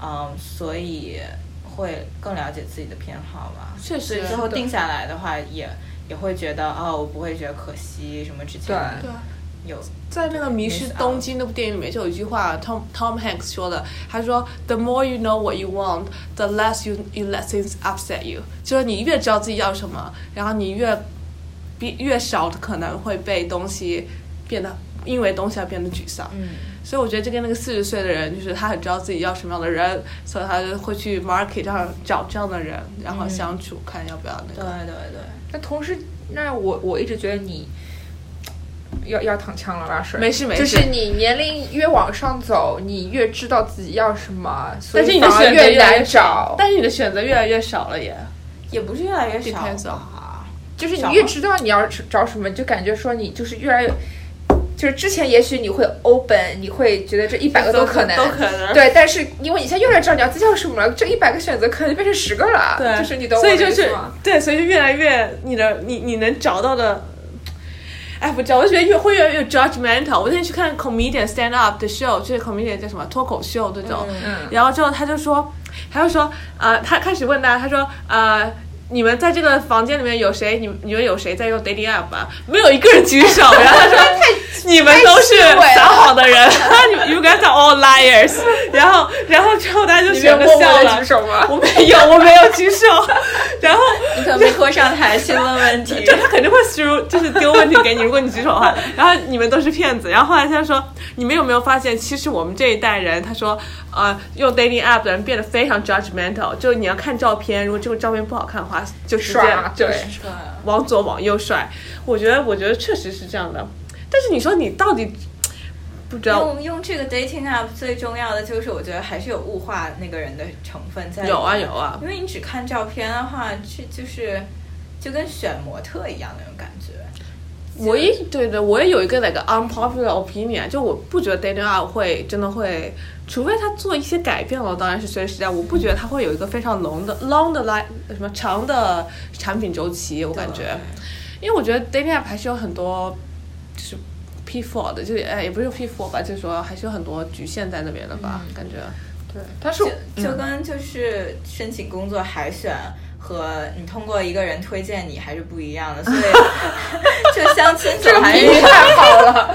Speaker 3: 嗯，所以会更了解自己的偏好吧。
Speaker 1: 确
Speaker 3: 所以
Speaker 1: 实
Speaker 3: 最后
Speaker 2: 对
Speaker 3: 定下来的话也，也会觉得哦，我不会觉得可惜，什么之前
Speaker 2: 对
Speaker 1: 对啊。
Speaker 3: 有
Speaker 1: 在那个《迷失东京》那部电影里面，就有一句话，Tom Tom Hanks 说的，他说：“The more you know what you want, the less you you let things upset you。”就是你越知道自己要什么，然后你越比越少可能会被东西变得因为东西而变得沮丧。
Speaker 3: 嗯。
Speaker 1: 所以我觉得这跟那个四十岁的人，就是他很知道自己要什么样的人，所以他就会去 market 上找这样的人，然后相处、看要不要那
Speaker 3: 对
Speaker 1: 个。
Speaker 3: 对对，
Speaker 2: 那同时，那我我一直觉得你要要躺枪了吧？水
Speaker 1: 没事没事
Speaker 2: 就是你年龄越往上走，你越知道自己要什么，所
Speaker 1: 但是
Speaker 2: 以
Speaker 1: 你的
Speaker 2: 反而
Speaker 1: 选择
Speaker 2: 越
Speaker 1: 越来
Speaker 2: 难
Speaker 1: 越
Speaker 2: 找。
Speaker 1: 但是你的选择越来越少了耶。
Speaker 3: 也不是越来越少
Speaker 1: Depends on
Speaker 3: 吧
Speaker 2: 就是
Speaker 3: 少
Speaker 2: 你越
Speaker 3: 吗
Speaker 2: 知道你要找什么，你就感觉说你就是越来越，就是之前也许你会 open，你会觉得这一百个
Speaker 1: 都
Speaker 2: 可能，
Speaker 1: 都可能。
Speaker 2: 对，但是因为你现在越来越知道你要自己要什么了，这一百个选择可能就变成十个了，
Speaker 1: 对，
Speaker 2: 就是你懂我
Speaker 1: 所以
Speaker 2: 的
Speaker 1: 就
Speaker 2: 意思
Speaker 1: 是
Speaker 2: 吗？
Speaker 1: 对，所以就越来越你的你你能找到的，哎，不知道，我就觉得越会越来越 judgmental。我那天去看 comedian stand up 的 show，就是 comedian 叫什么脱口秀这种，
Speaker 2: 嗯
Speaker 1: 然后之后他就说，他就说，呃，他开始问大家，他说，呃。你们在这个房间里面有谁？你们你们有谁在用 dating app 吗？没有一个人举 手。然后他说，你们都是
Speaker 2: 太虚伪了
Speaker 1: 撒谎的人， 你们 you guys are all liars。然后然后之后大家就
Speaker 2: 你
Speaker 1: 全
Speaker 2: 有
Speaker 1: 都
Speaker 2: 默
Speaker 1: 笑
Speaker 2: 默
Speaker 1: 了
Speaker 2: 的举。手吗？
Speaker 1: 我没 有，我没有举手。然后
Speaker 3: 你 可能被拖上台先问 问题，
Speaker 1: 就 他肯定会输，就是丢问题给你，如果你举手的话。然后你们都是骗子。然后后来他就说，你们有没有发现，其实我们这一代人，他说，呃，用 dating app 的人变得非常 judgmental，就是你要看照片，如果这个照片不好看的话，就直接
Speaker 2: 刷
Speaker 1: 就
Speaker 2: 对
Speaker 3: 对
Speaker 1: 往左往右甩。我觉得，我觉得确实是这样的。但是你说你到底不知道？
Speaker 3: 用用这个 dating app 最重要的就是，我觉得还是有物化那个人的成分在。
Speaker 1: 有啊有啊
Speaker 3: 因为你只看照片的话，这就是就跟选模特一样那种感觉。
Speaker 1: 我也对的，我也有一个那个 unpopular opinion，就我不觉得 dating app 会真的会，除非他做一些改变了，当然是随着时代，我不觉得它会有一个非常 long 的 long 的 life 什么长的产品周期，我感觉，因为我觉得 dating app 还是有很多就是 P four 的，就是哎也不是 P four 吧，就是说还是有很多局限在那边的吧，感觉。
Speaker 2: 对，但是
Speaker 3: 就
Speaker 1: 嗯
Speaker 3: 就跟就是申请工作海选。和你通过一个人推荐你还是不一样的，所以 就相亲
Speaker 2: 这
Speaker 3: 总
Speaker 2: 个
Speaker 3: 还
Speaker 2: 比
Speaker 3: 是
Speaker 2: 喻太好了，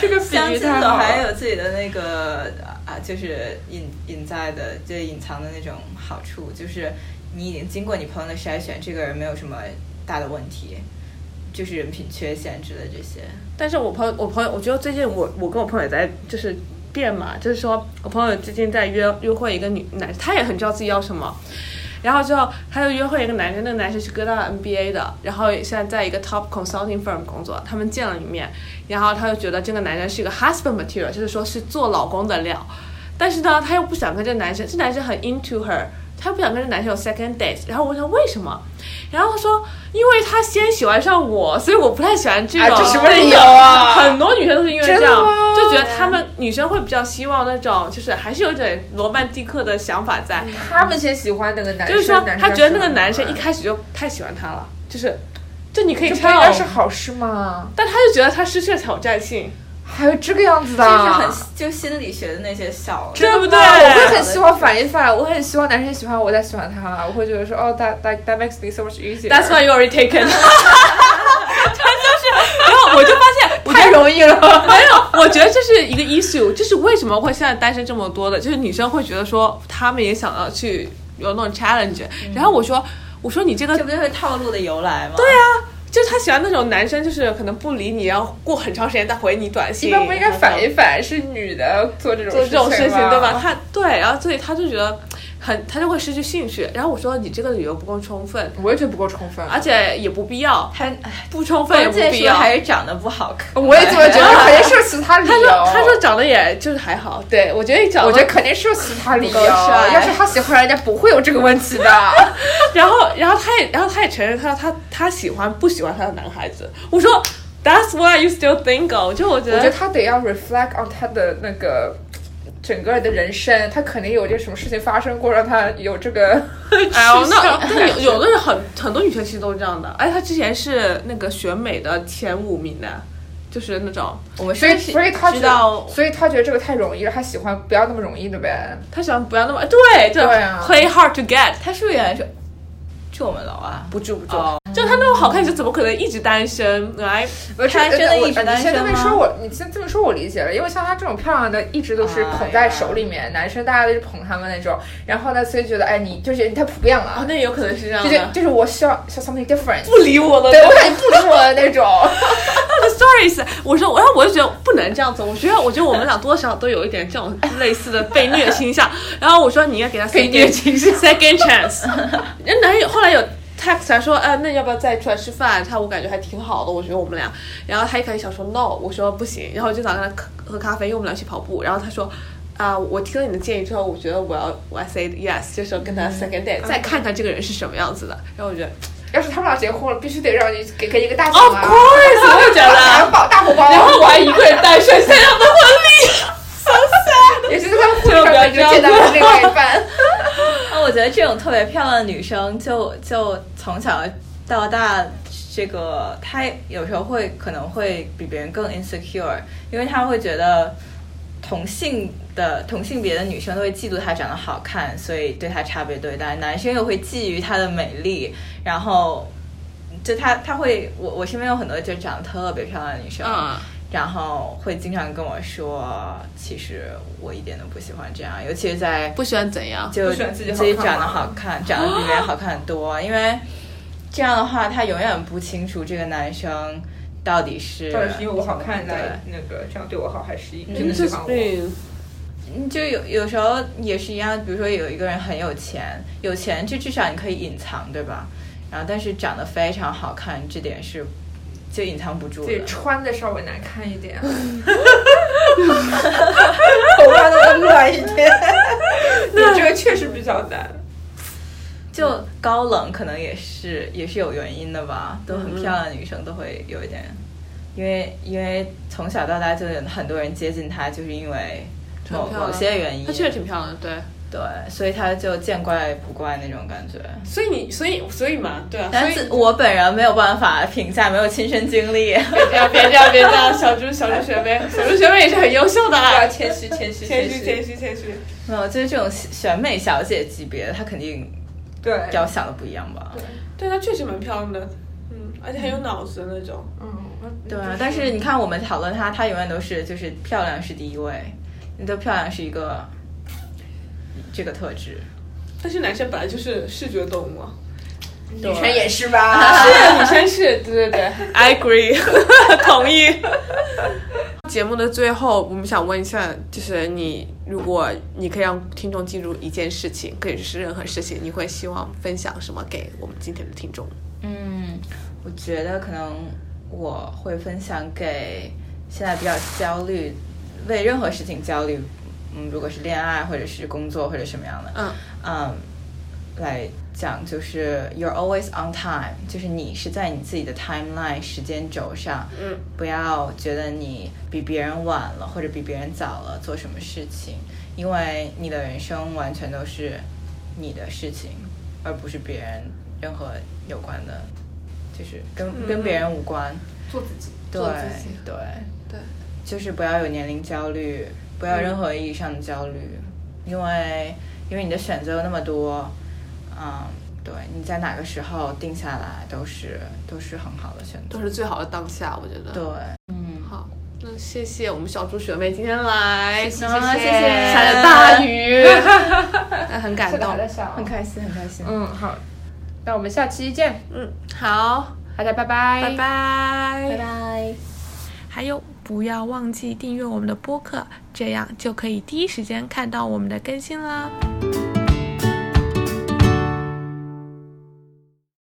Speaker 2: 这个比
Speaker 3: 相
Speaker 2: 喻
Speaker 3: 亲
Speaker 2: 太
Speaker 3: 总
Speaker 2: 好
Speaker 3: 还
Speaker 2: 了。
Speaker 3: 有自己的那个啊，就是隐隐在的，就是隐藏的那种好处，就是你已经经过你朋友的筛选，这个人没有什么大的问题，就是人品缺陷之类这些。
Speaker 1: 但是我朋友，我朋友，我觉得最近我我跟我朋友也在就是变嘛，就是说我朋友最近在约约会一个女男，他也很知道自己要什么。然后之后，他就约会一个男生，那个男生是哥大 MBA 的，然后现在在一个 top consulting firm 工作。他们见了一面，然后他就觉得这个男人是一个 husband material，就是说是做老公的料。但是呢，他又不想跟这个男生，这男生很 into her，他不想跟这男生有 second date。然后我想为什么？然后他说，因为他先喜欢上我，所以我不太喜欢这种、
Speaker 2: 哎，这什么理由啊？
Speaker 1: 很多女生都是因为这
Speaker 2: 真的
Speaker 1: 样
Speaker 2: 吗，
Speaker 1: 就觉得她们女生会比较希望那种，就是还是有点罗曼蒂克的想法在，
Speaker 2: 他们先喜欢那个男生，
Speaker 1: 就是说
Speaker 2: 男生
Speaker 1: 她觉得那个
Speaker 2: 喜欢啊
Speaker 1: 男生一开始就太喜欢她了，就是，这你可以
Speaker 2: 这不应
Speaker 1: 看
Speaker 2: 该是
Speaker 1: 到，
Speaker 2: 好事吗？
Speaker 1: 但她就觉得她失去了挑战 性，
Speaker 2: 还有这个样子的，啊
Speaker 3: 就是很就心理学的那些小，
Speaker 1: 对啊不对？
Speaker 2: 我会很希望反一反，我会很希望男生喜欢我，我再喜欢他，我会觉得说，哦，that that that makes me so much easier。
Speaker 1: That's why you already taken 。他就是我就发现我觉
Speaker 2: 太
Speaker 1: 得
Speaker 2: 容易了。
Speaker 1: 没有，我觉得这是一个 issue，就是为什么会现在单身这么多的，就是女生会觉得说她们也想要去有那种 challenge，然后我说我说你这个
Speaker 3: 这不就是套路的由来吗？对呀、
Speaker 1: 啊就是他喜欢那种男生，就是可能不理你，然后过很长时间再回你短信。
Speaker 2: 一般不应该反
Speaker 1: 应
Speaker 2: 一反是女的做这种
Speaker 1: 做这种事情
Speaker 2: 吗
Speaker 1: 对吧？？他对，然后所以他就觉得很，他就会失去兴趣。然后我说你这个理由不够充分，
Speaker 2: 我也觉得不够充分，
Speaker 1: 而且也不必要，
Speaker 3: 还哎
Speaker 1: 不充分也
Speaker 3: 关
Speaker 1: 不
Speaker 3: 键
Speaker 1: 必
Speaker 3: 是
Speaker 1: 要。
Speaker 3: 还是长得不好看。
Speaker 2: 我也这么觉得，肯定是有其他理
Speaker 1: 他
Speaker 2: 由。
Speaker 1: 说他说长得也就是还好，对我觉得长
Speaker 2: 我
Speaker 1: 得
Speaker 2: 觉得肯定是有其他理
Speaker 3: 不
Speaker 2: 由，
Speaker 3: 够帅
Speaker 2: 要是他喜欢人家不会有这个问题的。
Speaker 1: 然后，然后他也，然后他也承认，他说他他喜欢不喜欢他的男孩子。我说，That's why you still single。就我觉
Speaker 2: 我觉得
Speaker 3: 嗯
Speaker 1: 得，
Speaker 2: 他得要 reflect on 他的那个整个的人生，他肯定有这什么事情发生过，让他有这个。
Speaker 1: 哎呦，那但有有的人很很多女生其实都是这样的。哎，他之前是那个选美的前五名的，就是那种
Speaker 3: 我 们
Speaker 2: 所以，
Speaker 3: 是
Speaker 2: 所以他
Speaker 3: 知
Speaker 2: 觉
Speaker 3: 道
Speaker 2: 得，所以他觉得这个太容易了，他喜欢不要那么容易的呗。
Speaker 1: 他喜欢不要那么对，就
Speaker 2: 对啊
Speaker 1: play hard to get。
Speaker 3: 他是不是原来住住我们楼啊？
Speaker 1: 不住不住，
Speaker 3: 哦
Speaker 1: 就他那么好看，就怎么可能一直单身？来，
Speaker 2: 不是
Speaker 3: 他真的
Speaker 2: 呃我
Speaker 3: 一直单
Speaker 2: 你先这
Speaker 3: 身
Speaker 2: 么
Speaker 3: 吗
Speaker 2: 说我，你先这么说，我理解了。因为像她这种漂亮的，一直都
Speaker 3: 哎
Speaker 2: 是捧在手里面，男生大家都是捧他们那种。然后呢，所以觉得哎，你就是你太普遍了，
Speaker 1: 哦，那也有可能是这样
Speaker 2: 就是
Speaker 1: 的，
Speaker 2: 就是我需要需要 something different。
Speaker 1: 不理我了。
Speaker 2: 对，我感觉不理我的那种。
Speaker 1: sorry，我说，然后我就觉得不能这样子，我觉得，我觉得我们俩多多少少都有一点这种类似的被虐倾 向。然后我说你应该给他 second,
Speaker 2: 被虐倾向
Speaker 1: second chance。人 男友后来有 text 他说，哎、那要不要再出来吃饭？他我感觉还挺好的，我觉得我们俩。然后他一开始想说 no，我说不行，然后我就想跟他喝咖啡，因为我们俩去跑步。然后他说。啊、我听了你的建议之后，我觉得我要我要 say yes，就是跟他 second date，、再看看这个人是什么样子的。然后我觉得
Speaker 2: 要是他们俩结婚了，必须得让你给给一个大奖
Speaker 1: ，of
Speaker 2: 啊！
Speaker 1: course，我也觉
Speaker 2: 大
Speaker 1: 得
Speaker 2: 红。包，大红包。
Speaker 1: 然后我还一个人单身参加他的婚
Speaker 2: 也是在他们婚礼上面就见到了另外一 半。
Speaker 3: 啊，我觉得这种特别漂亮的女生就，就从小到大，这个她有时候会可能会比别人更 insecure，因为她会觉得同性的同性别的女生都会嫉妒她长得好看，所以对她差别对待；男生又会觊觎她的美丽，然后就她她会，我我身边有很多就长得特别漂亮的女生，
Speaker 1: 嗯
Speaker 3: 然后会经常跟我说，其实我一点都不喜欢这样，尤其是在
Speaker 1: 不喜欢怎样？
Speaker 3: 就
Speaker 2: 不喜欢自己好看吗
Speaker 3: 长得好看，长得比别人好看很多。因为这样的话，他永远不清楚这个男生到底是
Speaker 2: 为我好看来那个这样对我好，还是真
Speaker 1: 就是嗯
Speaker 3: 嗯就有有时候也是一样，比如说有一个人很有钱，有钱这至少你可以隐藏，对吧？然后但是长得非常好看，这点是就隐藏不住
Speaker 2: 自己
Speaker 3: 的。
Speaker 2: 穿的稍微难看一 点，啊头发弄得乱一点。那这个确实比较难。
Speaker 1: 嗯
Speaker 3: 就高冷可能也是也是有原因的吧，都很漂亮的女生都会有一点，因为因为从小到大就有很多人接近她，就是因为某
Speaker 1: 很漂亮
Speaker 3: 某些原因
Speaker 1: 她，确实挺漂亮的，对。
Speaker 3: 对，所以她就见怪不怪那种感觉。
Speaker 1: 所以你，所以，所以嘛，对啊。
Speaker 3: 但
Speaker 1: 所以
Speaker 3: 是我本人没有办法评价，没有亲身经历。
Speaker 1: 别这样，别这样，别这样，小猪，小猪学妹，小猪学妹也是很优秀的啦。
Speaker 2: 啊谦虚，谦虚，
Speaker 1: 谦虚，谦。虚，谦虚。
Speaker 3: 没有，就是这种选美小姐级别的，她肯定
Speaker 2: 对，
Speaker 3: 要想的不一样吧？
Speaker 1: 对，她确实蛮漂亮的，嗯，而且很有脑子的那种。
Speaker 2: 嗯，
Speaker 3: 对啊，但是你看我们讨论她，她永远都是就是漂亮是第一位，你的漂亮是一个这个特质。
Speaker 1: 但是男生本来就是视觉动物啊。
Speaker 2: 女权也是吧？
Speaker 1: 是，女生 是，对对对，I agree，同 意。节目的最后，我们想问一下，就是你，如果你可以让听众记住一件事情，可以是任何事情，你会希望分享什么给我们今天的听众？
Speaker 3: 嗯，我觉得可能我会分享给现在比较焦虑，为任何事情焦虑，嗯，如果是恋爱或者是工作或者什么样的，
Speaker 1: 嗯
Speaker 3: 嗯，来讲就是 you're always on time，就是你是在你自己的 timeline 时间轴上，
Speaker 1: 嗯，
Speaker 3: 不要觉得你比别人晚了或者比别人早了做什么事情，因为你的人生完全都是你的事情，而不是别人任何有关的，就是跟、跟别人无关。
Speaker 2: 做自己。
Speaker 1: 嗯
Speaker 3: 对
Speaker 1: 做自己
Speaker 3: 对，
Speaker 1: 对，
Speaker 3: 就是不要有年龄焦虑，不要有任何意义上的焦虑，因为因为你的选择有那么多，嗯，对，你在哪个时候定下来都是都是很好的选择
Speaker 1: 都。是最好的当下，我觉得。
Speaker 3: 对，嗯，
Speaker 1: 好，那谢谢我们小猪学妹今天来，
Speaker 3: 嗯谢
Speaker 2: 谢谢
Speaker 1: 下着大雨，哎很感
Speaker 2: 是的，
Speaker 1: 动
Speaker 2: 还。在想，
Speaker 3: 很开心，很开 心。
Speaker 2: 嗯，好，那我们下期见，
Speaker 1: 嗯，好，
Speaker 2: 大家拜拜，
Speaker 1: 拜拜，
Speaker 3: 拜拜。
Speaker 1: 还有，不要忘记订阅我们的播客，这样就可以第一时间看到我们的更新啦。